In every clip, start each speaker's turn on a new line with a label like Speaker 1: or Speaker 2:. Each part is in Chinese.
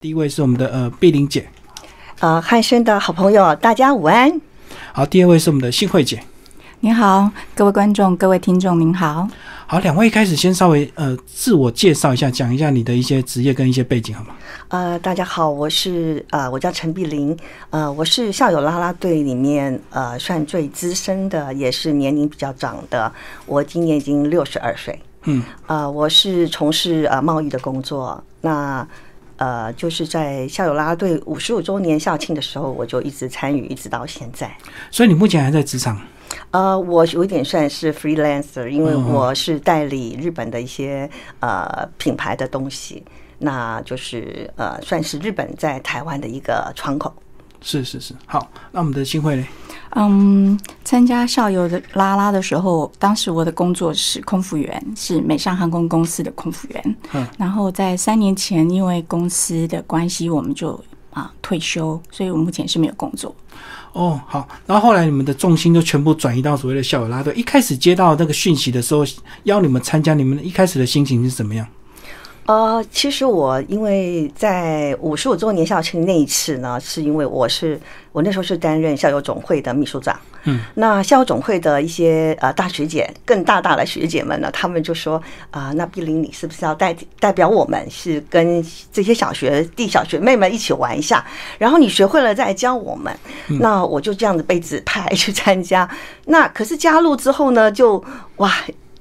Speaker 1: 第一位是我们的呃碧玲姐，
Speaker 2: 呃，汉声的好朋友，大家午安。
Speaker 1: 好，第二位是我们的幸慧姐。
Speaker 3: 您好，各位观众、各位听众，您好。
Speaker 1: 好，两位一开始先稍微呃自我介绍一下，讲一下你的一些职业跟一些背景，好吗？
Speaker 2: 呃，大家好，我是呃，我叫陈碧玲，呃，我是校友啦啦队里面呃算最资深的，也是年龄比较长的。我今年已经六十二岁，
Speaker 1: 嗯，
Speaker 2: 呃，我是从事呃贸易的工作。那呃，就是在校友啦啦队五十五周年校庆的时候，我就一直参与，一直到现在。
Speaker 1: 所以你目前还在职场，
Speaker 2: 呃，我有一点算是 freelancer，因为
Speaker 1: 嗯嗯
Speaker 2: 我是代理日本的一些呃品牌的东西，那就是呃算是日本在台湾的一个窗口。
Speaker 1: 是是是。好，那我们的幸慧嘞，
Speaker 3: 嗯，参加校友的拉拉的时候，当时我的工作是空服员，是美上航空公司的空服员。
Speaker 1: 嗯，
Speaker 3: 然后在三年前，因为公司的关系，我们就啊退休，所以我目前是没有工作。
Speaker 1: 哦，好。然后后来你们的重心就全部转移到所谓的校友拉队。一开始接到那个讯息的时候，邀你们参加，你们一开始的心情是怎么样？
Speaker 2: 呃，其实我因为在五十五周年校庆那一次呢，是因为我是我那时候是担任校友总会的秘书长，
Speaker 1: 嗯，
Speaker 2: 那校友总会的一些呃大学姐，更大大的学姐们呢，她们就说啊、那碧玲你是不是要代代表我们，是跟这些小学弟小学妹们一起玩一下，然后你学会了再教我们，那我就这样子被指派去参加。 那可是加入之后呢，就哇。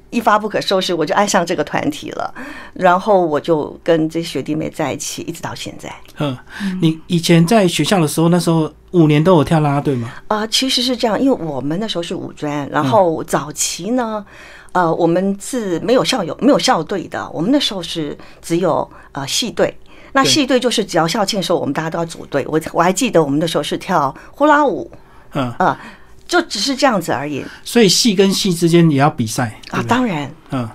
Speaker 2: 一发不可收拾，我就爱上这个团体了。然后我就跟这学弟妹在一起，一直到现在。
Speaker 1: 嗯，你以前在学校的时候，那时候五年都有跳啦啦队吗？
Speaker 2: 啊、其实是这样，因为我们那时候是五专，然后早期呢，呃，我们是没有校友、没有校队的，我们那时候是只有呃系队。那
Speaker 1: 对
Speaker 2: 系队就是只要校庆的时候，我们大家都要组队。我我还记得我们那时候是跳呼啦舞
Speaker 1: 嗯，
Speaker 2: 啊、就只是这样子而已
Speaker 1: 所以系跟系之间也要比赛
Speaker 2: 啊
Speaker 1: 对。不对
Speaker 2: 当然，
Speaker 1: 嗯，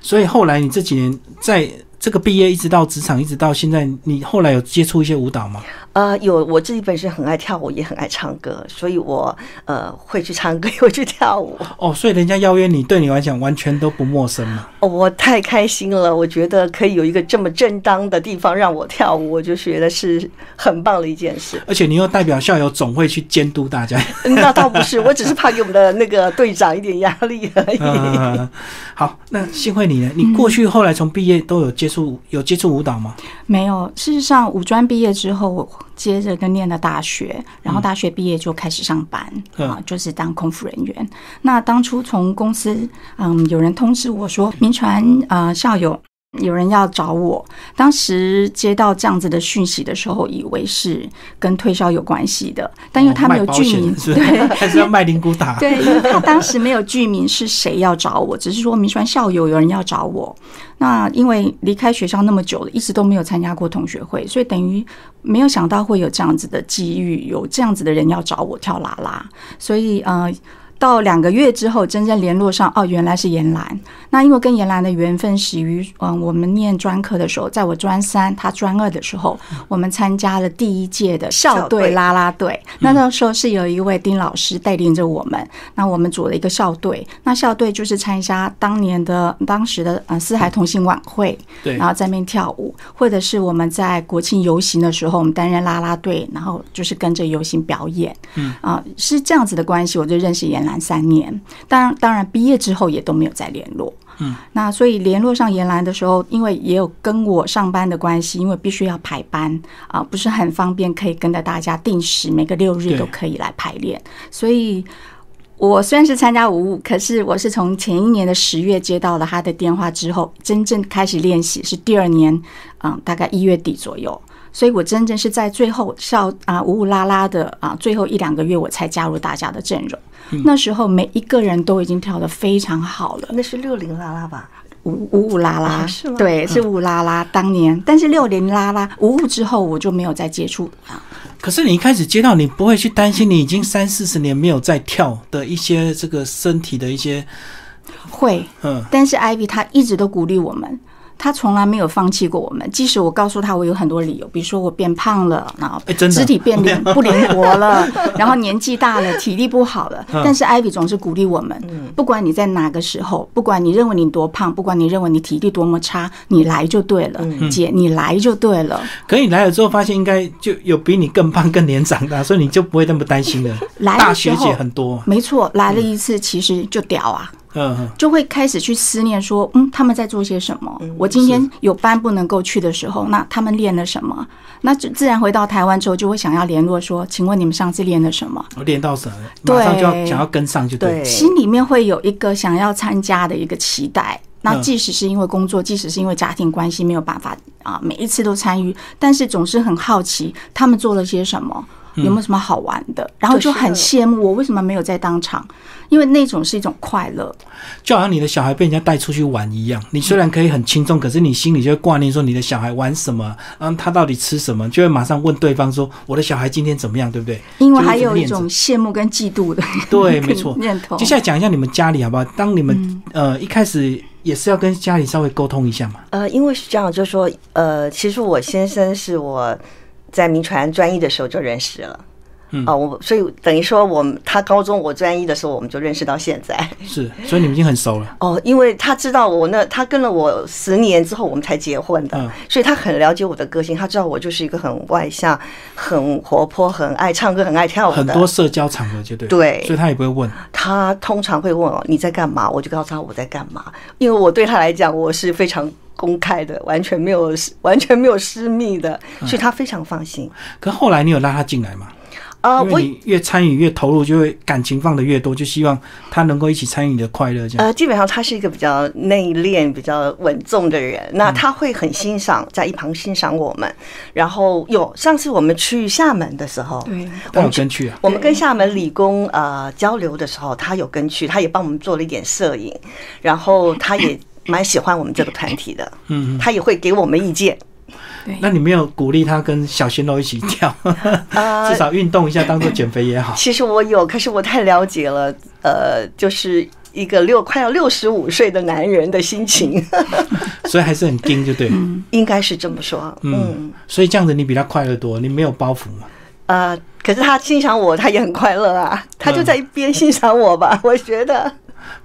Speaker 1: 所以后来你这几年在这个毕业一直到职场，一直到现在，你后来有接触一些舞蹈吗？
Speaker 2: 呃，有我自己本身很爱跳舞，也很爱唱歌，所以我呃会去唱歌，也 会去跳舞。
Speaker 1: 哦，所以人家邀约你，对你来讲完全都不陌生嘛。
Speaker 2: 哦，我太开心了！我觉得可以有一个这么正当的地方让我跳舞，我就觉得是很棒的一 件事。
Speaker 1: 而且你又代表校友总会去监督大 家。
Speaker 2: 那倒不是，我只是怕给我们的那个队长一点压力而已。
Speaker 1: 嗯、好，那幸会你呢？你过去后来从毕业都有接触有接触舞蹈吗？
Speaker 3: 没有，事实上，五专毕业之后，我接着就念了大学，然后大学毕业就开始上班啊、
Speaker 1: 嗯
Speaker 3: 就是当空服人员。那当初从公司，嗯，有人通知我说，民传呃校友有人要找我。当时接到这样子的讯息的时候，以为是跟退烧有关系的，但因为他没有
Speaker 1: 哦卖保
Speaker 3: 具
Speaker 1: 险
Speaker 3: 名，
Speaker 1: 是不是
Speaker 3: 对，
Speaker 1: 还是要卖灵骨 打？
Speaker 3: 对，因为他当时没有剧名是谁要找我，只是说明川校友有人要找我。那因为离开学校那么久了，一直都没有参加过同学会，所以等于没有想到会有这样子的机遇，有这样子的人要找我跳啦啦。所以呃，到两个月之后真正联络上，哦，原来是严兰。那因为跟严兰的缘分始于，嗯，我们念专科的时候，在我专三，他专二的时候，我们参加了第一届的校
Speaker 2: 校队
Speaker 3: 队啦啦队。那那时候是有一位丁老师带领着我们，那我们组了一个校队。那校队就是参加当年的当时的呃四海同心晚会，
Speaker 1: 对
Speaker 3: 然后在那边跳舞，或者是我们在国庆游行的时候，我们担任啦啦队，然后就是跟着游行表演。
Speaker 1: 嗯
Speaker 3: 啊、是这样子的关系，我就认识严兰三年。当然，当然毕业之后也都没有再联络。
Speaker 1: 嗯，
Speaker 3: 那所以联络上严兰的时候，因为也有跟我上班的关系，因为必须要排班啊、不是很方便，可以跟着大家定时每个六
Speaker 1: 对
Speaker 3: 日都可以来排练，所以。我虽然是参加舞舞，可是我是从前一年的十月接到了他的电话之后，真正开始练习是第二年，嗯，大概一月底左右。所以我真正是在最后校啊舞舞啦啦的啊最后一两个月，我才加入大家的阵容。那时候每一个人都已经跳得非常好了，
Speaker 2: 那是六零啦啦吧？
Speaker 3: 五五五啦啦、
Speaker 2: 啊是吗
Speaker 3: 对，是五啦啦。当年，但是六零啦啦五五之后，我就没有再接触啊。
Speaker 1: 可是你一开始接到，你不会去担心你已经三四十年没有在跳的一些这个身体的一些
Speaker 3: 会，
Speaker 1: 嗯
Speaker 3: 但是 Ivy 她一直都鼓励我们，他从来没有放弃过我们。即使我告诉他我有很多理由，比如说我变胖了，然后
Speaker 1: 哎真的
Speaker 3: 肢体 变灵不灵活了，然后年纪大了，体力不好了，
Speaker 1: 嗯
Speaker 3: 但是艾比总是鼓励我们，
Speaker 2: 嗯
Speaker 3: 不管你在哪个时候，不管你认为你多胖，不管你认为你体力多么差，你来就对了，姐，你来就对了。
Speaker 1: 可你来了之后，发现应该就有比你更胖、更年长的啊、所以你就不会那么担心了。
Speaker 3: 来
Speaker 1: 大
Speaker 3: 的时
Speaker 1: 学
Speaker 3: 候
Speaker 1: 姐很多，
Speaker 3: 没错，来了一次其实就屌啊。
Speaker 1: 嗯，嗯
Speaker 3: 就会开始去思念说，嗯，他们在做些什么？我今天有班不能够去的时候，那他们练了什么？那就自然回到台湾之后，就会想要联络说，请问你们上次练了什么？
Speaker 1: 我练到什么，
Speaker 3: 对
Speaker 1: 马上就要想要跟上，就对了。
Speaker 2: 对
Speaker 3: 心里面会有一个想要参加的一个期待。那
Speaker 1: 嗯
Speaker 3: 即使是因为工作，即使是因为家庭关系没有办法啊，每一次都参与，但是总是很好奇他们做了些什么，
Speaker 1: 嗯
Speaker 3: 有没有什么好玩的，然后就很羡慕我为什么没有在当场，因为那种是一种快乐。
Speaker 1: 就好像你的小孩被人家带出去玩一样，你虽然可以很轻松，可是你心里就会挂念说你的小孩玩什么，嗯，他到底吃什么，就会马上问对方说我的小孩今天怎么样，对 不对？
Speaker 3: 因为还有一
Speaker 1: 就会
Speaker 3: 种羡慕跟嫉妒的
Speaker 1: 对没错
Speaker 3: 念头
Speaker 1: 接。下来讲一下你们家里好不好？当你们、呃一开始也是要跟家里稍微沟通一下嘛，
Speaker 2: 呃，因为是这样，就是说，呃，其实我先生是我在民传专一的时候就认识了。
Speaker 1: 嗯
Speaker 2: 啊、我所以等于说我们他高中我专一的时候，我们就认识到现在。
Speaker 1: 是，所以你们已经很熟了。
Speaker 2: 哦，因为他知道我那，他跟了我十年之后，我们才结婚的，
Speaker 1: 嗯
Speaker 2: 所以他很了解我的个性，他知道我就是一个很外向、很活泼、很爱唱歌、很爱跳舞的。
Speaker 1: 很多社交场合就对，
Speaker 2: 对
Speaker 1: 所以他也不会问，
Speaker 2: 他通常会问我你在干嘛，我就告诉他我在干嘛，因为我对他来讲我是非常公开的，完全没有完全没有私密的，
Speaker 1: 嗯
Speaker 2: 所以他非常放心。
Speaker 1: 可后来你有拉他进来嘛？
Speaker 2: 啊、
Speaker 1: 因
Speaker 2: 我
Speaker 1: 为你越参与越投入，就会感情放的越多，就希望他能够一起参与你的快乐这样。
Speaker 2: 呃，基本上他是一个比较内敛、比较稳重的人，那他会很欣赏，在一旁欣赏我们。然后有上次我们去厦门的时候，
Speaker 3: 对，
Speaker 1: 他有跟去啊，
Speaker 2: 我们跟厦门理工呃交流的时候，他有跟去，他也帮我们做了一点摄影，然后他也蛮喜欢我们这个团体的，
Speaker 1: 嗯，
Speaker 2: 他也会给我们意见。
Speaker 1: 那你没有鼓励他跟小鲜肉一起跳，
Speaker 2: 呃
Speaker 1: 至少运动一下，当做减肥也 好。
Speaker 2: 其实我有，可是我太了解了，呃，就是一个六快要六十五岁的男人的心情，
Speaker 1: 所以还是很精，就对了。
Speaker 2: 应该是这么说。嗯，
Speaker 1: 嗯，所以这样子你比他快乐多，你没有包袱嘛。
Speaker 2: 呃，可是他欣赏我，他也很快乐啊，他就在一边欣赏我吧， 我觉得。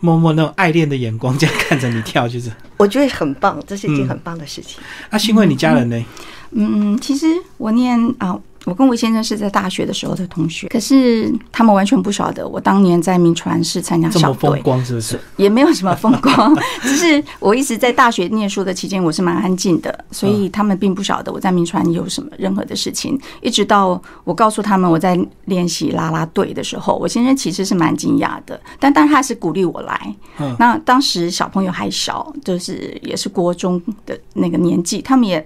Speaker 1: 默默那种爱恋的眼光这样看着你跳，就是。
Speaker 2: 我觉得很棒，这是一件很棒的事情。
Speaker 1: 那幸会你家人呢？
Speaker 3: 嗯，其实我念啊、我跟我先生是在大学的时候的同学，可是他们完全不晓得我当年在民传是参加
Speaker 1: 这
Speaker 3: 校
Speaker 1: 么风
Speaker 3: 队。
Speaker 1: 光是不是？
Speaker 3: 也没有什么风光， 只是我一直在大学念书的期间，我是蛮安静的，所以他们并不晓得我在民传有什么任何的事情。一直到我告诉他们我在练习啦啦队的时候，我先生其实是蛮惊讶的，但但他是鼓励我来。
Speaker 1: 嗯
Speaker 3: 那当时小朋友还小，就是也是国中的那个年纪，他们也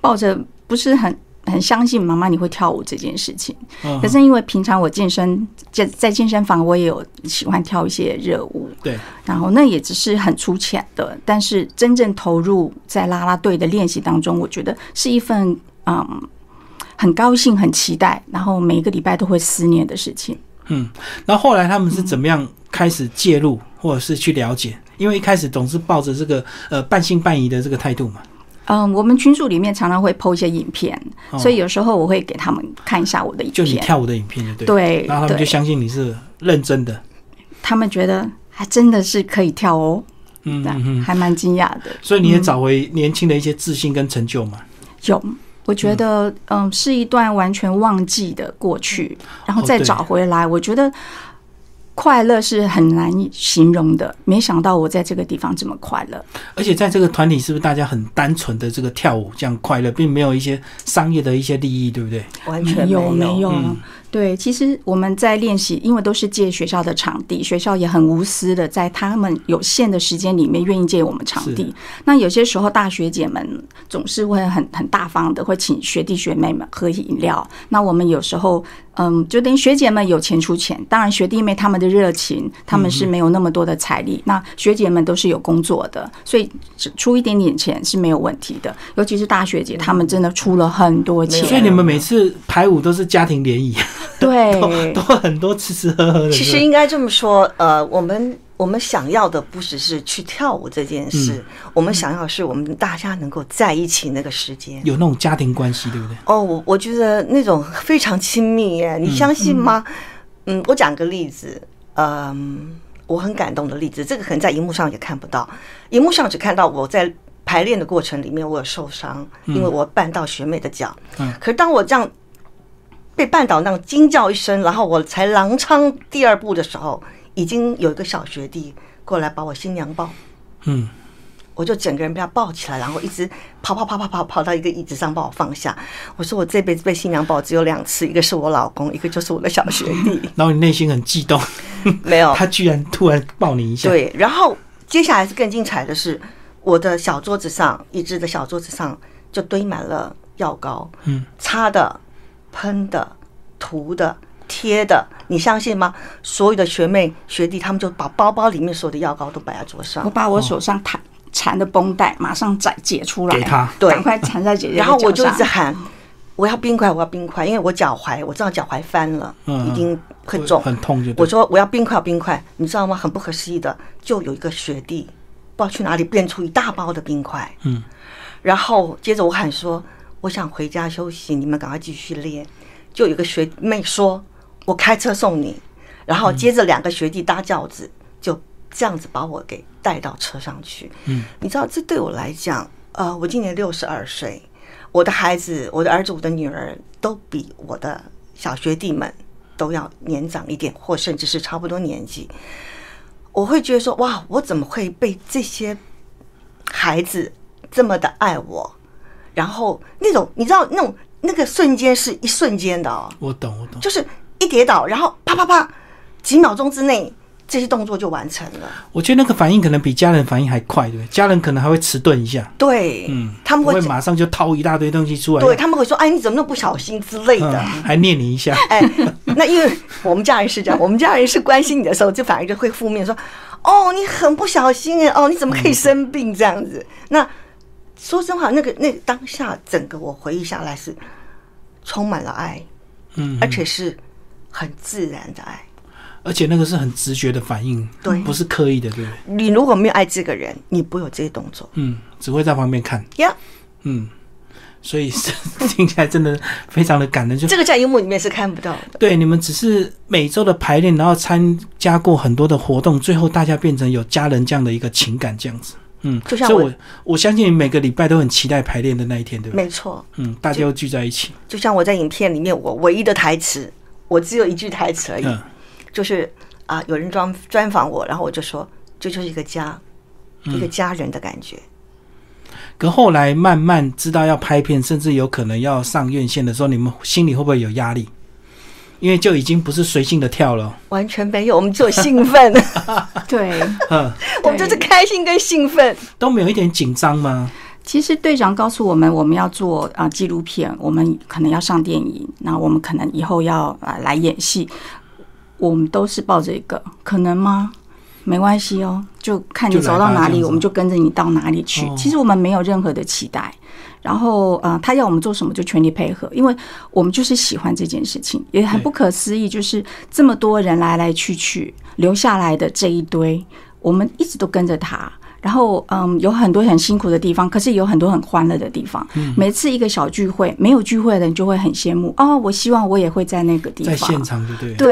Speaker 3: 抱着不是很很相信妈妈你会跳舞这件事情。
Speaker 1: 嗯
Speaker 3: 可，是因为平常我健身在在健身房，我也有喜欢跳一些热舞，
Speaker 1: 对，
Speaker 3: 然后那也只是很粗浅的，但是真正投入在啦啦队的练习当中，我觉得是一份嗯很高兴、很期待，然后每一个礼拜都会思念的事情。
Speaker 1: 嗯。然后后来他们是怎么样开始介入，或者是去了解？因为一开始总是抱着这个呃半信半疑的这个态度嘛。
Speaker 3: 嗯，我们群组里面常常会 PO 一些影片，
Speaker 1: 哦
Speaker 3: 所以有时候我会给他们看一下我的影
Speaker 1: 就你
Speaker 3: 片，
Speaker 1: 跳舞的影片，就对。。
Speaker 3: 对，
Speaker 1: 然后他们就
Speaker 3: 对
Speaker 1: 相信你是认真的。
Speaker 3: 他们觉得还真的是可以跳哦，
Speaker 1: 嗯
Speaker 3: 对
Speaker 1: 嗯嗯。
Speaker 3: 还蛮惊讶的。
Speaker 1: 所以你也找回年轻的一些自信跟成就嘛。
Speaker 3: 有，我觉得嗯是一段完全忘记的过去，然后
Speaker 1: 哦
Speaker 3: 再
Speaker 1: 对
Speaker 3: 找回来，我觉得快乐是很难以形容的。没想到我在这个地方这么快乐，
Speaker 1: 而且在这个团体，是不是大家很单纯的这个跳舞这样快乐，并没有一些商业的一些利益，对不对？
Speaker 2: 完全
Speaker 3: 有
Speaker 2: 没
Speaker 3: 没有、啊
Speaker 1: 嗯
Speaker 3: 对，其实我们在练习，因为都是借学校的场地，学校也很无私的，在他们有限的时间里面愿意借我们场地。那有些时候，大学姐们总是会很很大方的，会请学弟学妹们喝饮料。那我们有时候，嗯，就等于学姐们有钱出钱，当然学弟妹他们的热情，他们
Speaker 2: 嗯
Speaker 3: 是没有那么多的财力。那学姐们都是有工作的，所以只出一点点钱是没有问题的。尤其是大学姐，她们真的出了很多
Speaker 2: 嗯没有
Speaker 1: 所以
Speaker 3: 钱，
Speaker 1: 你们每次排舞都是家庭联谊，
Speaker 3: 对。
Speaker 1: 都很多吃吃喝喝的。
Speaker 2: 其
Speaker 1: 是
Speaker 2: 实
Speaker 1: 吧
Speaker 2: 应该这么说，呃，我们。我们想要的不只是去跳舞这件事，我们想要的是我们大家能够在一起那个时间。
Speaker 1: 有那种家庭关系，对不对？
Speaker 2: 哦，我我觉得那种非常亲密耶，你相信吗？嗯，我讲个例子，嗯，我很感动的例子，这个可能在荧幕上也看不到，荧幕上只看到我在排练的过程里面我有受伤，因为我绊到学妹的脚。
Speaker 1: 嗯
Speaker 2: 可是当我这样被绊倒，那样惊叫一声，然后我才踉跄第二步的时候，已经有一个小学弟过来把我新娘抱。
Speaker 1: 嗯，
Speaker 2: 我就整个人被他抱起来，然后一直跑跑跑跑跑跑到一个椅子上，把我放下。我说我这辈子被新娘抱只有两次，一个是我老公，一个就是我的小学 弟。
Speaker 1: 然后你内心很悸动，
Speaker 2: 没有
Speaker 1: 他居然突然抱你一下，
Speaker 2: 对，然后接下来是更精彩的是，我的小桌子上，一只的小桌子上就堆满了药膏，
Speaker 1: 嗯，
Speaker 2: 擦的、喷的、涂的、贴的，你相信吗？所有的学妹学弟他们就把包包里面所有的药膏都摆在桌上
Speaker 3: 我，把我手上缠缠的绷带马上解解出来，
Speaker 1: 哦给他
Speaker 2: 对
Speaker 3: 赶快缠在姐 姐的
Speaker 2: 然后我就
Speaker 3: 脚
Speaker 2: 一
Speaker 3: 上
Speaker 2: 直喊。我要冰块，我要冰块，因为我脚踝，我知道脚踝翻了，
Speaker 1: 嗯
Speaker 2: 一定会重，
Speaker 1: 很痛就对
Speaker 2: 我说我要冰块，冰块，你知道吗？很不可思议的，就有一个学弟不知道去哪里变出一大包的冰块，
Speaker 1: 嗯，
Speaker 2: 然后接着我喊说我想回家休息，你们赶快继续练。就有一个学妹说，我开车送你，然后接着两个学弟搭轿子，就这样子把我给带到车上去。
Speaker 1: 嗯，
Speaker 2: 你知道这对我来讲，呃，我今年六十二岁，我的孩子，我的儿子，我的女儿都比我的小学弟们都要年长一点，或甚至是差不多年纪。我会觉得说，哇，我怎么会被这些孩子这么的爱我？然后那种你知道那种那个瞬间是一瞬间的哦，
Speaker 1: 我懂我懂，
Speaker 2: 就是一跌倒，然后啪啪啪，几秒钟之内这些动作就完成了。
Speaker 1: 我觉得那个反应可能比家人反应还快，对不对？家人可能还会迟钝一下，
Speaker 2: 对，
Speaker 1: 嗯，
Speaker 2: 他们
Speaker 1: 不
Speaker 2: 会
Speaker 1: 会马上就掏一大堆东西出来，
Speaker 2: 对他们会说，哎，你怎么那么不小心之类的。
Speaker 1: 嗯，还念你一下，
Speaker 2: 哎，那因为我们家人是这样，我们家人是关心你的时候，就反而就会负面说，哦，你很不小心哎，哦，你怎么可以生病这样子？那说真话，那个那个当下整个我回忆下来是充满了爱，
Speaker 1: 嗯，
Speaker 2: 而且是很自然的爱。
Speaker 1: 而且那个是很直觉的反应，
Speaker 2: 对
Speaker 1: 不是刻意的，对不对？
Speaker 2: 你如果没有爱这个人，你不会有这些动作
Speaker 1: 嗯，只会在旁边看，
Speaker 2: 呀。
Speaker 1: 嗯，所以是 听起来真的非常的感人，就
Speaker 2: 这个在荧幕里面是看不到的。
Speaker 1: 对，你们只是每周的排练，然后参加过很多的活动，最后大家变成有家人这样的一个情感，这样子。嗯，
Speaker 2: 就像
Speaker 1: 所以
Speaker 2: 我
Speaker 1: 我我相信你每个礼拜都很期待排练的那一天，对不对？
Speaker 2: 没错，
Speaker 1: 嗯，大家又聚在一起。
Speaker 2: 就像我在影片里面，我唯一的台词，我只有一句台词而已，
Speaker 1: 嗯
Speaker 2: 就是啊、有人专专访我，然后我就说，这就是一个家，一个家人的感觉。
Speaker 1: 可后来慢慢知道要拍片，甚至有可能要上院线的时候，你们心里会不会有压力？因为就已经不是随性的跳了。
Speaker 2: 完全没有，我们只有兴 奋，
Speaker 3: 对。
Speaker 1: 嗯，
Speaker 2: 我们就是开心跟兴奋。
Speaker 1: 都没有一点紧张吗？
Speaker 3: 其实队长告诉我们，我们要做啊、呃纪录片，我们可能要上电影，那我们可能以后要啊、呃来演戏，我们都是抱着一个可能吗？没关系哦，就看你
Speaker 1: 就来吧
Speaker 3: 走到哪
Speaker 1: 这样
Speaker 3: 里，
Speaker 1: 子
Speaker 3: 我们就跟着你到哪里去
Speaker 1: 哦。
Speaker 3: 其实我们没有任何的期待，然后呃，他要我们做什么就全力配合，因为我们就是喜欢这件事情，也很
Speaker 1: 对
Speaker 3: 不可思议，就是这么多人来来去去留下来的这一堆，我们一直都跟着他。然后，嗯，有很多很辛苦的地方，可是有很多很欢乐的地方。
Speaker 1: 嗯
Speaker 3: 每次一个小聚会，没有聚会的人就会很羡慕哦，我希望我也会在那个地
Speaker 1: 在
Speaker 3: 方。
Speaker 1: 现场就对了。
Speaker 3: 对，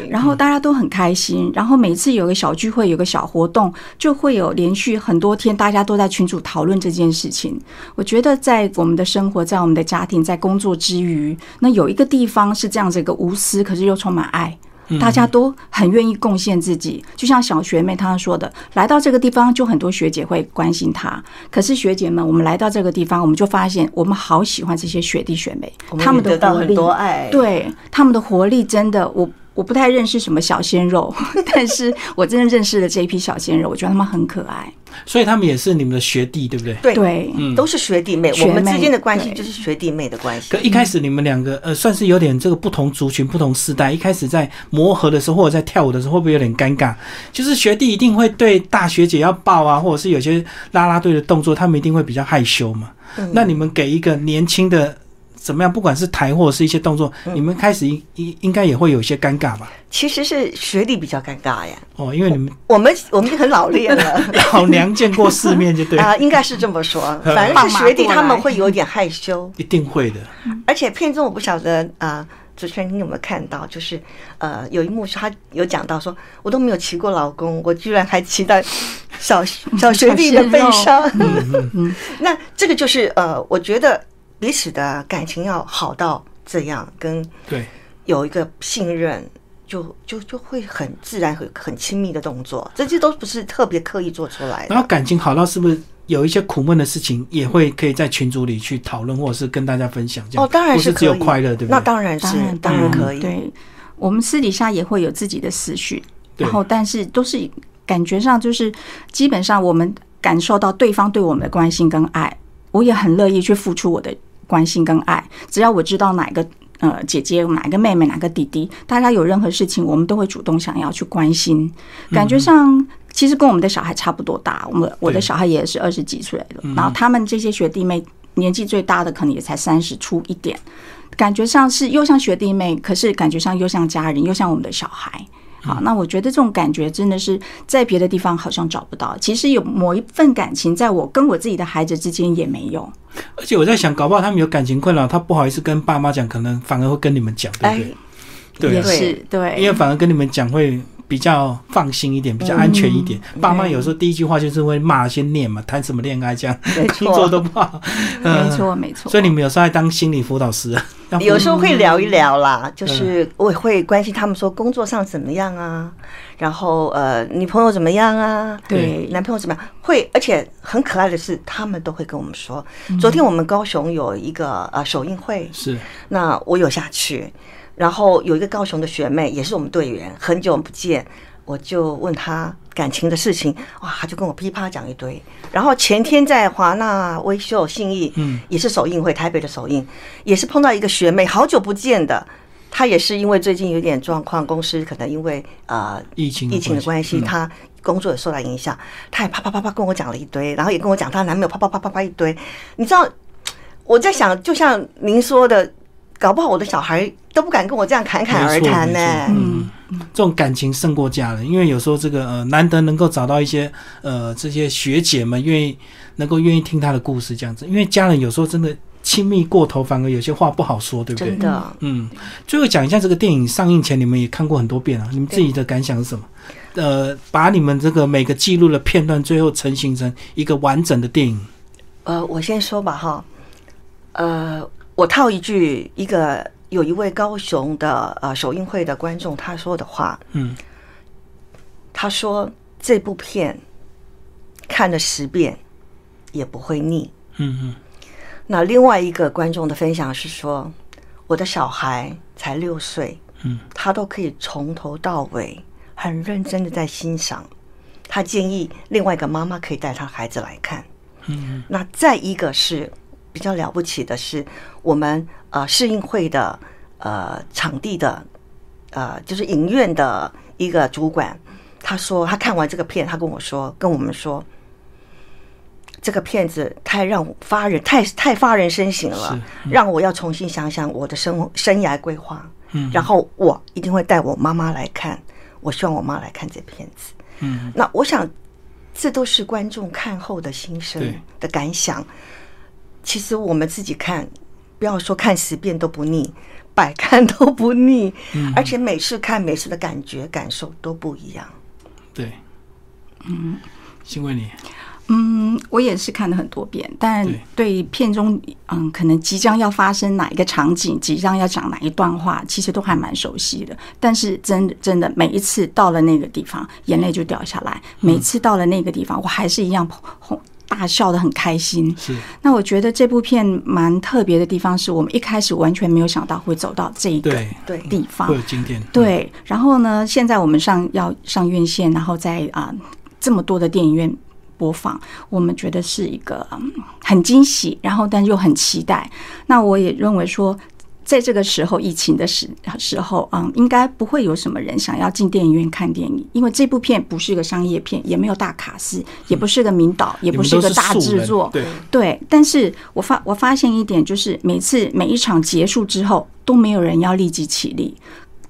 Speaker 2: 对
Speaker 3: 然后大家都很开心，然后每次有个小聚会，有个小活动，就会有连续很多天，大家都在群组讨论这件事情。我觉得在我们的生活，在我们的家庭，在工作之余，那有一个地方是这样子一个无私，可是又充满爱。大家都很愿意贡献自己，就像小学妹她说的，来到这个地方就很多学姐会关心她。可是学姐们，我们来到这个地方，我们就发现我们好喜欢这些学弟学妹，他们的
Speaker 2: 得到
Speaker 3: 活
Speaker 2: 很
Speaker 3: 力
Speaker 2: 多爱，，
Speaker 3: 对他们的活力真的，我我不太认识什么小鲜肉， 但是我真的认识了这一批小鲜肉，我觉得他们很可爱。
Speaker 1: 所以他们也是你们的学弟，对不对？
Speaker 2: 对
Speaker 3: 对，
Speaker 2: 都是学弟妹，
Speaker 3: 学
Speaker 2: 我
Speaker 3: 妹
Speaker 2: 们之间的关系
Speaker 3: 对
Speaker 2: 就是学弟妹的关系
Speaker 1: 可。一开始你们两个呃，算是有点这个不同族群、不同世代，一开始在磨合的时候，或者在跳舞的时候，会不会有点尴尬？就是学弟一定会对大学姐要抱啊，或者是有些啦啦队的动作，他们一定会比较害羞嘛。那你们给一个年轻的怎么样，不管是抬或者是一些动作，你们开始应应应该也会有一些尴尬吧？
Speaker 2: 其实是学历比较尴尬呀。
Speaker 1: 哦，因为你们
Speaker 2: 我们我们很老练了
Speaker 1: 老娘见过世面， 就对了，
Speaker 2: 啊，应该是这么说。反正是学弟他们会有点害羞，
Speaker 1: 一定会的。
Speaker 2: 而且片中我不晓得啊，主持人你有没有看到？就是呃，有一幕是他有讲到说，我都没有骑过老公，我居然还骑到小小学弟的背上。 那这个就是呃，我觉得彼此的感情要好到这样，跟
Speaker 1: 对，
Speaker 2: 有一个信任。就就就会很自然、很很亲密的动作，这些都不是特别刻意做出来的
Speaker 1: 然。后感情好到是不是有一些苦闷的事情，也会可以在群组里去讨论，或者是跟大家分享这样？
Speaker 2: 哦，当然
Speaker 1: 不是
Speaker 2: 可
Speaker 1: 只
Speaker 2: 以，
Speaker 1: 有快乐，对不
Speaker 2: 那
Speaker 1: 对？
Speaker 2: 当然是
Speaker 3: 当然，
Speaker 2: 当然可以。
Speaker 3: 对，我们私底下也会有自己的思绪，
Speaker 1: 对
Speaker 3: 然后但是都是感觉上就是基本上我们感受到对方对我们的关心跟爱，我也很乐意去付出我的关心跟爱，只要我知道哪个。呃，姐姐，哪个妹妹，哪个弟弟，大家有任何事情，我们都会主动想要去关心。感觉上，其实跟我们的小孩差不多大，我们我的
Speaker 1: 对
Speaker 3: 小孩也是二十几岁了，然后他们这些学弟妹年纪最大的可能也才三十出一点，感觉上是又像学弟妹，可是感觉上又像家人，又像我们的小孩。好，那我觉得这种感觉真的是在别的地方好像找不到。其实有某一份感情，在我跟我自己的孩子之间也没有。
Speaker 1: 而且我在想，搞不好他们有感情困扰，他不好意思跟爸妈讲，可能反而会跟你们讲，对不
Speaker 2: 哎
Speaker 1: 对？，对
Speaker 3: 也
Speaker 1: 啊，
Speaker 3: 是
Speaker 1: 因为
Speaker 3: 对，
Speaker 1: 反而跟你们讲会比较放心一点，比
Speaker 2: 嗯
Speaker 1: 较安全一点。爸妈有时候第一句话就是会骂先念嘛，谈什么恋爱这样，
Speaker 2: 没
Speaker 1: 工作
Speaker 2: 错，
Speaker 1: 都不好。嗯
Speaker 3: 没错没错。
Speaker 1: 所以你们有时候还当心理辅导师啊？要嗯不
Speaker 2: 有时候会聊一聊啦，就是我也会关心他们说工作上怎么样啊，然后呃女朋友怎么样啊，
Speaker 3: 对
Speaker 2: 男朋友怎么样，会而且很可爱的是，他们都会跟我们说，
Speaker 1: 嗯
Speaker 2: 昨天我们高雄有一个呃首映会，
Speaker 1: 是
Speaker 2: 那我有下去，然后有一个高雄的学妹，也是我们队员，很久不见，我就问她感情的事情，哇，她就跟我噼啪讲一堆。然后前天在华纳威秀信义，
Speaker 1: 嗯，
Speaker 2: 也是首映会，台北的首映，也是碰到一个学妹，好久不见的。她也是因为最近有点状况，公司可能因为呃
Speaker 1: 疫情
Speaker 2: 疫情的关系，
Speaker 1: 嗯
Speaker 2: 她工作也受到影响，她也啪啪啪啪跟我讲了一堆，然后也跟我讲她男朋友啪啪啪啪啪一堆。你知道我在想，就像您说的，搞不好我的小孩都不敢跟我这样侃侃而谈呢、
Speaker 1: 没错没错嗯，这种感情胜过家人，因为有时候这个呃，难得能够找到一些呃这些学姐们愿意能够愿意听她的故事这样子，因为家人有时候真的亲密过头，反而有些话不好说，对不对
Speaker 2: 真？的，
Speaker 1: 嗯，最后讲一下这个电影上映前，你们也看过很多遍啊，你们自己的感想是什么？呃，把你们这个每个记录的片段，最后成型成一个完整的电影。
Speaker 2: 呃，我先说吧哈，呃，我套一句一个有一位高雄的呃首映会的观众他说的话，
Speaker 1: 嗯，
Speaker 2: 他说这部片看了十遍也不会腻。
Speaker 1: 嗯嗯，
Speaker 2: 那另外一个观众的分享是说，我的小孩才六岁，
Speaker 1: 嗯，
Speaker 2: 他都可以从头到尾很认真的在欣赏。他建议另外一个妈妈可以带他孩子来看。嗯，那再一个是比较了不起的是，我们呃试映会的呃场地的呃就是影院的一个主管，他说他看完这个片，他跟我说跟我们说，这个片子太让我发人太太发人深省了，让我要重新想想我的生活生涯规划。嗯，然后我一定会带我妈妈来看，我希望我妈来看这片子。嗯，那我想，这都是观众看后的心声
Speaker 1: 对
Speaker 2: 的感想。其实我们自己看，不要说看十遍都不腻，百看都不腻，
Speaker 1: 嗯
Speaker 2: 而且每次看每次的感觉感受都不一样。
Speaker 1: 对，嗯，辛为你，
Speaker 3: 嗯，我也是看了很多遍，但
Speaker 1: 对
Speaker 3: 对片中嗯，可能即将要发生哪一个场景，即将要讲哪一段话，其实都还蛮熟悉的。但是真的真的，每一次到了那个地方，眼泪就掉下来；
Speaker 1: 嗯
Speaker 3: 每次到了那个地方，我还是一样哄大笑的很开心。
Speaker 1: 是
Speaker 3: 那我觉得这部片蛮特别的地方，是我们一开始完全没有想到会走到这一个
Speaker 1: 对，
Speaker 2: 对，
Speaker 3: 地方
Speaker 1: 会。有经典。
Speaker 3: 对，然后呢，现在我们上要上院线，然后在啊、这么多的电影院播放，我们觉得是一个、嗯、很惊喜，然后但又很期待。那我也认为说。在这个时候，疫情的时时候，嗯，应该不会有什么人想要进电影院看电影，因为这部片不是一个商业片，也没有大卡司，也不是个名导，也
Speaker 1: 你
Speaker 3: 不
Speaker 1: 们
Speaker 3: 是
Speaker 1: 都
Speaker 3: 一个
Speaker 1: 是
Speaker 3: 大
Speaker 1: 素
Speaker 3: 制
Speaker 1: 人
Speaker 3: 作。
Speaker 1: 对，
Speaker 3: 对，但是我发我发现一点，就是每次每一场结束之后，都没有人要立即起立，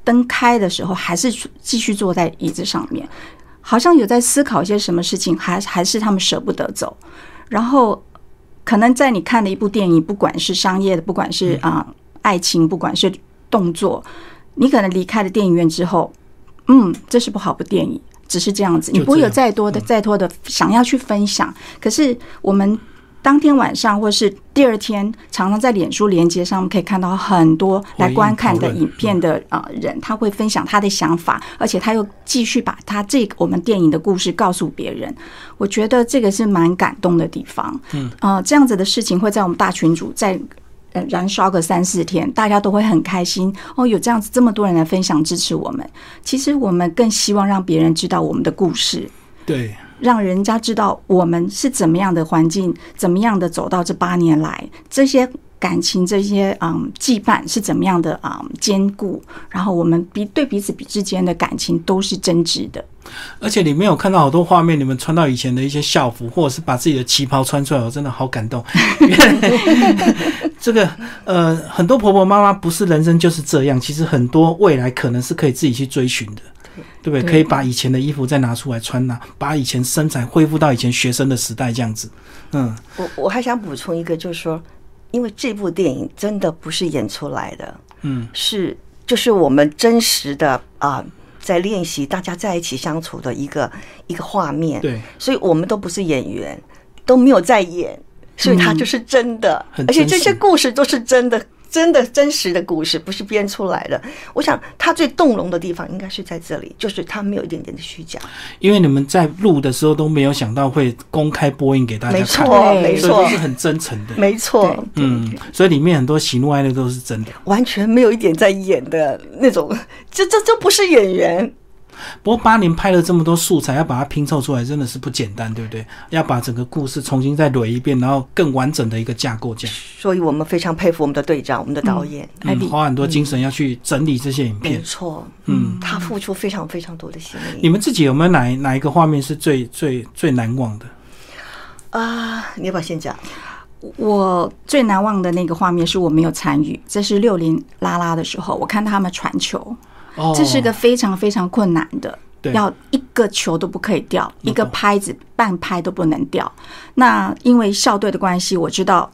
Speaker 3: 灯开的时候还是继续坐在椅子上面，好像有在思考一些什么事情，还还是他们舍不得走。然后，可能在你看的一部电影，不管是商业的，不管是
Speaker 1: 嗯
Speaker 3: 啊、爱情，不管是动作，你可能离开了电影院之后，嗯，这是部好部电影，只是这样子，你
Speaker 1: 就
Speaker 3: 不会
Speaker 1: 这
Speaker 3: 有
Speaker 1: 样嗯
Speaker 3: 再多的、再多的想要去分享。可是我们当天晚上或是第二天，常常在脸书连接上，我们可以看到很多来观看的
Speaker 1: 回应讨论
Speaker 3: 影片的啊人，他会分享他的想法，而且他又继续把他这个我们电影的故事告诉别人。我觉得这个是蛮感动的地方。嗯，呃，这样子的事情会在我们大群组在。呃燃烧个三四天，大家都会很开心哦。有这样子这么多人来分享支持我们，其实我们更希望让别人知道我们的故事，
Speaker 1: 对，
Speaker 3: 让人家知道我们是怎么样的环境，怎么样的走到这八年来，这些感情、这些嗯羁绊是怎么样的啊、嗯、坚固，然后我们彼对彼此之间的感情都是真挚的。
Speaker 1: 而且里面有看到好多画面，你们穿到以前的一些校服，或者是把自己的旗袍穿出来，我真的好感 动。 这个呃，很多婆婆妈妈不是人生就是这样，其实很多未来可能是可以自己去追寻的。对不对？
Speaker 3: 对
Speaker 1: 可以把以前的衣服再拿出来穿呐、把以前身材恢复到以前学生的时代这样子。嗯，
Speaker 2: 我我还想补充一个，就是说，因为这部电影真的不是演出来的，
Speaker 1: 嗯，
Speaker 2: 是就是我们真实的啊、在练习大家在一起相处的一个一个画面。，
Speaker 1: 对，
Speaker 2: 所以我们都不是演员，都没有在演，所以它就是真的，
Speaker 1: 嗯很
Speaker 2: 而且这
Speaker 1: 真实
Speaker 2: 些故事都是真的。真的真实的故事不是编出来的，我想它最动容的地方应该是在这里，就是它没有一点点的虚假。
Speaker 1: 因为你们在录的时候都没有想到会公开播映给大家
Speaker 2: 没
Speaker 1: 看，
Speaker 2: 错，
Speaker 3: 对
Speaker 2: 没
Speaker 1: 所以
Speaker 2: 错
Speaker 1: 都是，很真诚的。
Speaker 2: 没错
Speaker 3: 对，，
Speaker 1: 嗯，所以里面很多喜怒哀乐都是真的。
Speaker 2: 完全没有一点在演的那种，这这这不是演员，
Speaker 1: 不过八年拍了这么多素材，要把它拼凑出来真的是不简单，对不对？要把整个故事重新再捋一遍，然后更完整的一个架构这样。
Speaker 2: 所以我们非常佩服我们的队长，我们的导演。
Speaker 3: 艾
Speaker 1: 嗯，
Speaker 3: 比
Speaker 1: 花很多精神要去整理这些影
Speaker 2: 没
Speaker 1: 片。
Speaker 2: 错，嗯，他付出非常非常多的心
Speaker 1: 你
Speaker 2: 力
Speaker 1: 们自己有没有哪一哪一个画面是最最最难忘的？
Speaker 2: 啊！你要不要先讲？
Speaker 3: 我最难忘的那个画面是我没有参与，这是六零拉拉的时候，我看他们传球，
Speaker 1: 哦，
Speaker 3: 这是个非常非常困难的，
Speaker 1: 对嗯
Speaker 3: 要一个球都不可以掉，
Speaker 1: 我
Speaker 3: 一个
Speaker 1: 懂
Speaker 3: 拍子半拍都不能掉。那因为校队的关系，我知道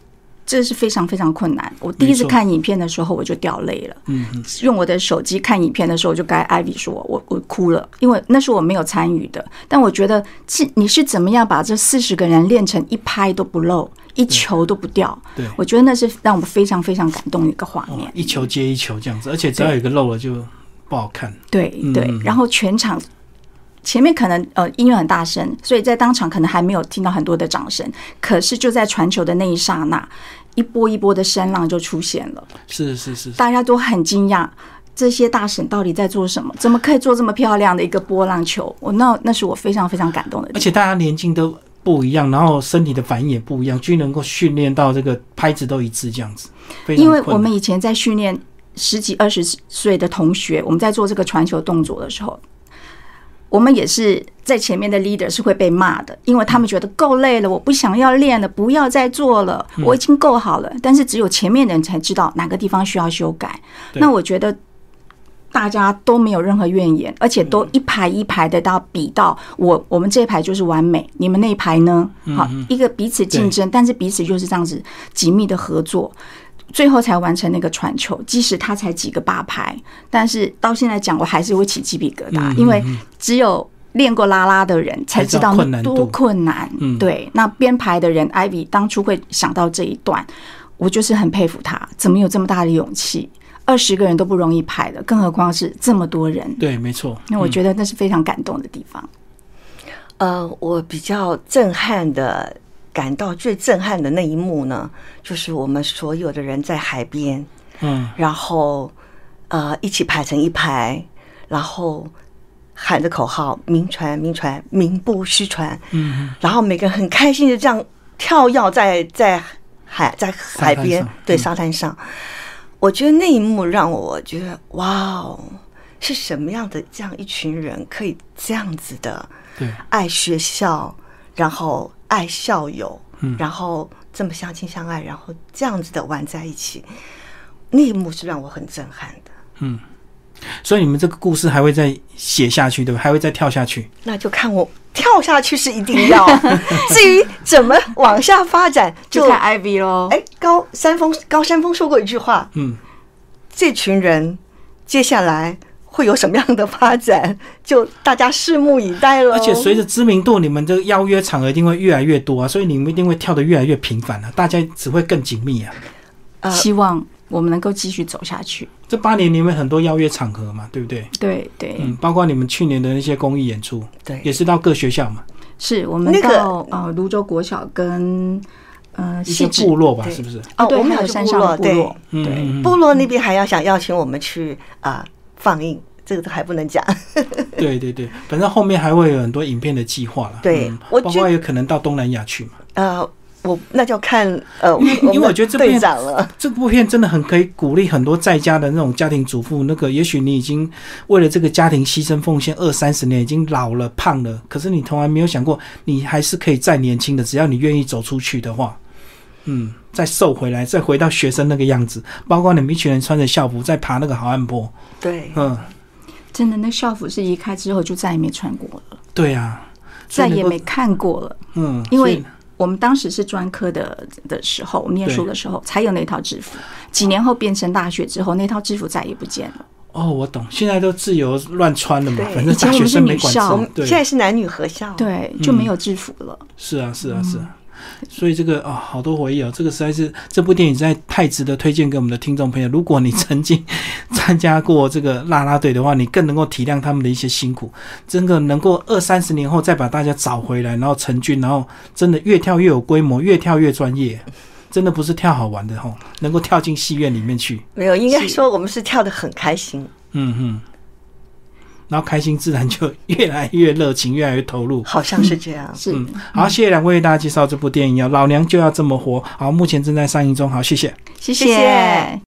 Speaker 3: 这是非常非常困难。我第一
Speaker 1: 没
Speaker 3: 次
Speaker 1: 错
Speaker 3: 看影片的时候，我就掉泪了。
Speaker 1: 嗯嗯
Speaker 3: 用我的手机看影片的时候，我就该艾比说，我我哭了，因为那是我没有参与的。但我觉得是你是怎么样把这四十个人练成一拍都不漏，一球都不掉，
Speaker 1: 对，
Speaker 3: 我觉得那是让我们非常非常感动的一个画面
Speaker 1: 哦。一球接一球这样子，而且只要有一个漏了就不好看。
Speaker 3: 对
Speaker 1: 嗯
Speaker 3: 对，然后全场前面可能呃音乐很大声，所以在当场可能还没有听到很多的掌声，可是就在传球的那一刹那，一波一波的声浪就出现了，
Speaker 1: 是是是，是
Speaker 3: 大家都很惊讶。这些大神到底在做什么？怎么可以做这么漂亮的一个波浪球？我那那是我非常非常感动的地
Speaker 1: 而
Speaker 3: 方。
Speaker 1: 且大家年纪都不一样，然后身体的反应也不一样，居然能够训练到这个拍子都一致这样子，非常
Speaker 3: 因为
Speaker 1: 困
Speaker 3: 我
Speaker 1: 难
Speaker 3: 们以前在训练十几二十岁的同学，我们在做这个传球动作的时候，我们也是在前面的 leader 是会被骂的，因为他们觉得够累了，我不想要练了，不要再做了，
Speaker 1: 嗯
Speaker 3: 我已经够好了。但是只有前面的人才知道哪个地方需要修改。
Speaker 1: 对
Speaker 3: 那我觉得。大家都没有任何怨言，而且
Speaker 1: 嗯
Speaker 3: 都一排一排的到比到我，我们这一排就是完美，你们那一排呢？
Speaker 1: 嗯
Speaker 3: 好，一个彼此竞争，但是彼此就是这样子紧密的合作，最后才完成那个传球。即使他才几个八拍，但是到现在讲，我还是会起鸡皮疙瘩，
Speaker 1: 嗯
Speaker 3: 因为只有练过拉拉的人才知
Speaker 1: 才
Speaker 3: 道
Speaker 1: 知道困难度
Speaker 3: 多困难。
Speaker 1: 嗯
Speaker 3: 对，那编排的人艾比当初会想到这一段，我就是很佩服他，怎么有这么大的勇气？二十个人都不容易排的，更何况是这么多人。
Speaker 1: 对，没错。
Speaker 3: 那
Speaker 2: 哦
Speaker 3: 我觉得那是非常感动的地方。
Speaker 2: 呃，我比较震撼的，感到最震撼的那一幕呢，就是我们所有的人在海边，
Speaker 1: 嗯，
Speaker 2: 然后呃一起排成一排，然后喊着口号“名传名传，名不虚传”，嗯，然后每个人很开心的这样跳跃在在海在
Speaker 1: 沙
Speaker 2: 海
Speaker 1: 滩
Speaker 2: 边
Speaker 1: 上
Speaker 2: 对
Speaker 1: 嗯
Speaker 2: 沙滩上，我觉得那一幕让我觉得哇哦，是什么样的这样一群人可以这样子的
Speaker 1: 对
Speaker 2: 爱学校，然后爱校友，
Speaker 1: 嗯
Speaker 2: 然后这么相亲相爱，然后这样子的玩在一起，那一幕是让我很震撼的。
Speaker 1: 所以你们这个故事还会再写下去，对吧？还会再跳下去。
Speaker 2: 那就看我跳下去是一 定要，至于怎么往下发展，
Speaker 3: 就
Speaker 2: 就
Speaker 3: 看 IV 喽。
Speaker 2: 哎，高山峰高山峰说过一句话，
Speaker 1: 嗯，
Speaker 2: 这群人接下来会有什么样的发展，就大家拭目以待了。
Speaker 1: 而且随着知名度，你们这个邀约场合一定会越来越多啊，所以你们一定会跳得越来越频繁啊，大家只会更紧密啊。
Speaker 2: 呃
Speaker 3: 希望我们能够继续走下去。
Speaker 1: 这八年你们很多邀约场合嘛，对不对？
Speaker 3: 对对，
Speaker 1: 嗯，包括你们去年的那些公益演出，也
Speaker 2: 对，
Speaker 1: 是到各学校嘛，
Speaker 3: 是我们
Speaker 2: 那个
Speaker 3: 到、呃泸州国小跟
Speaker 1: 嗯
Speaker 3: 呃
Speaker 1: 一些
Speaker 3: 西子
Speaker 1: 部落吧，
Speaker 2: 对
Speaker 1: 是不是？
Speaker 3: 哦，
Speaker 2: 对
Speaker 3: 对，还
Speaker 2: 还有
Speaker 3: 有
Speaker 2: 部
Speaker 3: 山上的
Speaker 2: 落
Speaker 3: 部
Speaker 2: 对
Speaker 3: 落，
Speaker 1: 嗯
Speaker 3: 对
Speaker 1: 嗯嗯
Speaker 2: 部落那边还要想邀请我们去啊、放映，这个都还不能讲。
Speaker 1: 对对对，反正后面还会有很多影片的计划了。
Speaker 2: 对
Speaker 1: 嗯
Speaker 2: 我
Speaker 1: 包
Speaker 2: 觉
Speaker 1: 括
Speaker 2: 得
Speaker 1: 有可能到东南亚去嘛。
Speaker 2: 呃，我那就看呃，
Speaker 1: 因为因为
Speaker 2: 们的
Speaker 1: 我觉得这边
Speaker 2: 队长了，
Speaker 1: 这部片真的很可以鼓励很多在家的那种家庭主妇。那个，也许你已经为了这个家庭牺牲奉献二三十年，已经老了、胖了，可是你从来没有想过，你还是可以再年轻的，只要你愿意走出去的话，嗯，再瘦回来，再回到学生那个样子。包括你们一群人穿着校服在爬那个好汉坡，
Speaker 2: 对，
Speaker 1: 嗯，
Speaker 3: 真的那校服是移开之后就再也没穿过了，
Speaker 1: 对啊，所
Speaker 3: 再
Speaker 1: 以
Speaker 3: 也
Speaker 1: 能够
Speaker 3: 没看过了。
Speaker 1: 嗯，
Speaker 3: 因为
Speaker 1: 所以
Speaker 3: 我们当时是专科的的时候，我们念书的时候才有那套制服。几年后变成大学之后，那套制服再也不见了。
Speaker 1: 哦，我懂，现在都自由乱穿了嘛，
Speaker 2: 对
Speaker 1: 反正
Speaker 3: 以前
Speaker 1: 大
Speaker 3: 我
Speaker 1: 学
Speaker 3: 们是
Speaker 1: 生没
Speaker 3: 女
Speaker 1: 管
Speaker 3: 校
Speaker 1: 制
Speaker 3: 我
Speaker 2: 我
Speaker 3: 们
Speaker 2: 们，
Speaker 1: 哦对，
Speaker 2: 现在是男女合校，
Speaker 3: 对，
Speaker 1: 嗯
Speaker 3: 就没有制服了。
Speaker 1: 是啊，是啊，是啊。所以这个啊、好多回忆哦，这个实在是这部电影实在太值得推荐给我们的听众朋友。如果你曾经参加过这个啦啦队的话，你更能够体谅他们的一些辛苦。真的能够二三十年后再把大家找回来，然后成军，然后真的越跳越有规模，越跳越专业。真的不是跳好玩的吼，能够跳进戏院里面去，
Speaker 2: 没有，应该
Speaker 3: 是
Speaker 2: 说我们是跳得很开心，
Speaker 1: 嗯哼，然后开心自然就越来越热情，越来越投入。
Speaker 2: 好像是这样。
Speaker 3: 是，
Speaker 1: 嗯，好，谢谢两位为大啊家介绍这部电影哦，《老娘就要这么活》。好，目前正在上映中。好，谢谢。
Speaker 3: 谢
Speaker 2: 谢谢